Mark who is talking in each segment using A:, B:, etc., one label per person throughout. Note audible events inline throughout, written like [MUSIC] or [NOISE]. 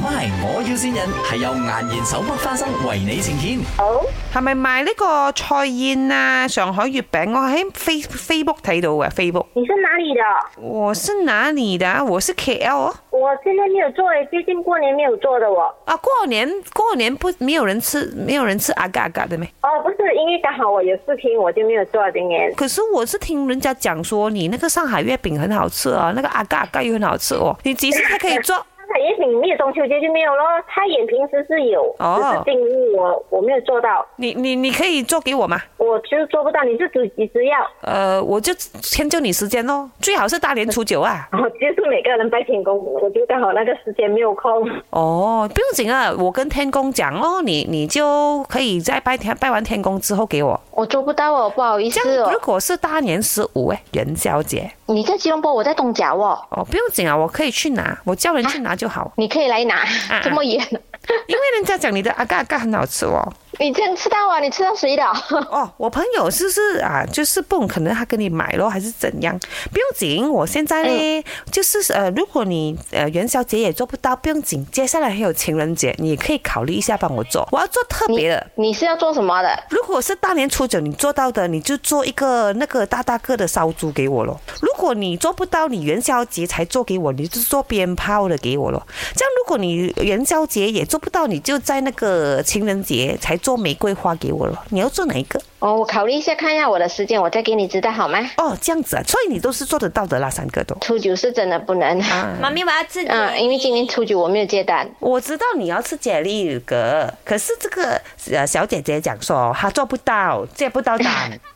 A: MY，我要先人係由顏然手剝花生為你呈現。
B: 哦
C: 係咪賣呢個菜燕啊、上海月餅？我喺 Face Facebook 睇到嘅 Facebook。
B: 你是哪里的？
C: 我是哪里的啊？我是 KL 哦。
B: 我现在没有做，最近过年没有做的我。
C: 啊，过年过年不没有人吃，没有人吃阿嘎阿嘎的咩？
B: 哦，不是，因为刚好我有事情，我就没有做今年。
C: 可是我是听人家讲说，你那个上海月饼很好吃啊，那个阿嘎阿嘎又很好吃哦。你几时才可以做？
B: 上海月饼没有中秋节就没有咯，菜眼平时是有，
C: 哦
B: 只是今日我我没有做到，
C: 你你你可以做给我吗？
B: 我就做不到。你是煮几时要？
C: 呃，我就迁就你时间咯，最好是大年初九啊。
B: 然后就是每个人拜天公，我就刚好那个时间没有空。
C: 哦，不用紧啊，我跟天公讲哦，你你就可以在拜天拜完天公之后给我。
D: 我做不到哦，不好意
C: 这
D: 思
C: 样如
D: 哦。
C: 果是大年十五哎，元宵节
D: 你在吉隆坡，我在东甲哦，
C: 哦，不用紧啊，我可以去拿，我叫人去拿就
D: [LAUGHS]
C: 好，
D: 你可以来拿
C: 啊，
D: 这么远， [LAUGHS]
C: 因为人家讲你的阿嘎阿嘎很好吃哦。
D: 你这样吃到啊？你吃到谁的？ [LAUGHS]
C: 哦，我朋友是不是啊？就是不可能他跟你买咯，还是怎样？不用紧，我现在呢，就是呃，如果你呃元宵节也做不到，不用紧，接下来还有情人节，你可以考虑一下帮我做，我要做特别的。
D: 你是要做什么的？
C: 如果是大年初九你做到的，你就做一个那个大大个的烧猪给我咯。如果你做不到，你元宵节才做给我，你就做鞭炮的给我咯。这样，如果你元宵节也做不到，你就在那个情人节才做玫瑰花给我咯。你要做哪一个？
D: 哦，我考虑一下，看一下我的时间，我再给你知道好吗？
C: 哦，这样子啊，所以你都是做得到的啦，三个都。
D: 初九是真的不能，
C: 啊，
D: [LAUGHS]
E: 妈咪，我要自己。
D: 嗯，因为今年初九我没有接单。
C: 我知道你要吃解力格，可是这个呃小姐姐讲说她做不到，接不到单。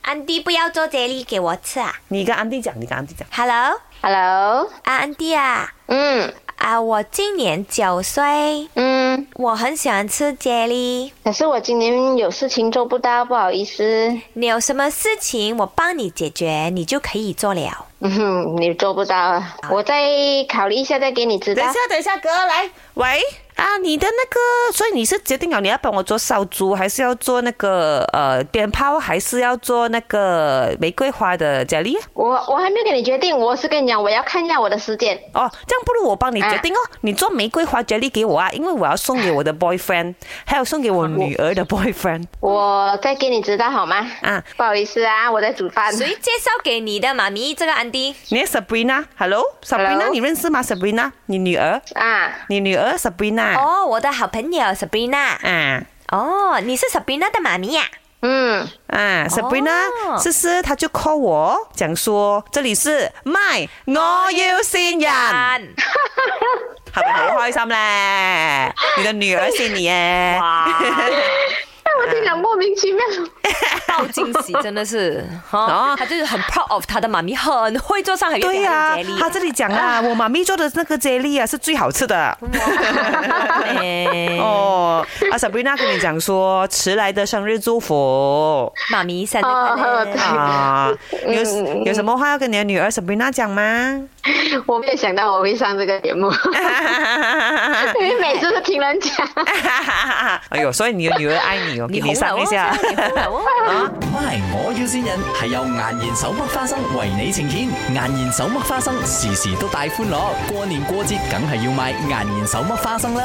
E: 安迪不要做这里给我吃啊
C: 你跟安迪讲，你跟安迪讲。
E: ！Hello，
D: Hello，
E: 啊，安迪啊，
D: 嗯
E: 啊，我今年九岁，
D: 嗯，
E: 我很喜欢吃杰里。
D: 可是我今年有事情做不到，不好意思。 [LAUGHS]
E: 你有什么事情我帮你解决，你就可以做了。
D: 嗯哼，你做不到啊，我再考虑一下，再给你知道
C: 等一。下，等一下，哥来，喂啊，你的那个，所以你是决定了你要帮我做烧猪，还是要做那个呃鞭炮，还是要做那个玫瑰花的解力？
D: 我我还没有给你决定，我是跟你讲，我要看一下我的时间。
C: 哦，这样不如我帮你决定哦，你做玫瑰花决定给我啊，因为我要送给我的 boyfriend，还有送给我女儿的 boyfriend
D: 我再给你指导好吗？
C: 啊。
D: 不好意思啊，我在煮饭。
C: 嗯
E: 谁介绍给你的，妈咪？这个安迪，
C: 你的 Sabrina，Hello，Sabrina，
D: Hello
C: 你认识吗？Sabrina，你女儿，
D: 啊，
C: 你女儿 Sabrina，
E: 哦，我的好朋友 Sabrina。
C: 啊
E: 哦，你是 Sabrina 的妈咪呀、
D: 嗯，
C: 啊，Sabrina，
E: 哦
C: 思思她就 call 我，讲说这里是麦，我要新人。
E: 啊？
C: [LAUGHS] 系咪好開心咧？你嘅女兒先你耶！
D: 那我听了莫名其妙。
E: 爆惊喜真的是，
C: 哦
E: 哦，他就是很 proud of 他的妈咪，很会做上海月
C: 对
E: 饼
C: 呀、
E: 和杰
C: 他这里讲啊，我妈咪做的那个 jelly 啊是最好吃的。
D: 嗯
E: 里。哦，
C: 哦，阿 Sabrina 跟你讲说，迟来的生日祝福
E: 妈咪生日快
D: 哦
E: 乐
D: 对！
C: 啊！有
D: 嗯
C: 有什么话要跟你的女儿 Sabrina 讲
D: [LAUGHS]
C: 吗？
D: 我没有想到我会上这个节目，
C: 啊
D: [LAUGHS] 因为每次都听人讲。
C: 哎呦，所以你的女儿爱你哦，给你赏一下。
E: 你红了哦
C: [LAUGHS]
A: MY，我要先人係由顏然手剝花生為你呈現。顏然手剝花生時時都帶歡樂，過年過節梗係要買顏然手剝花生啦。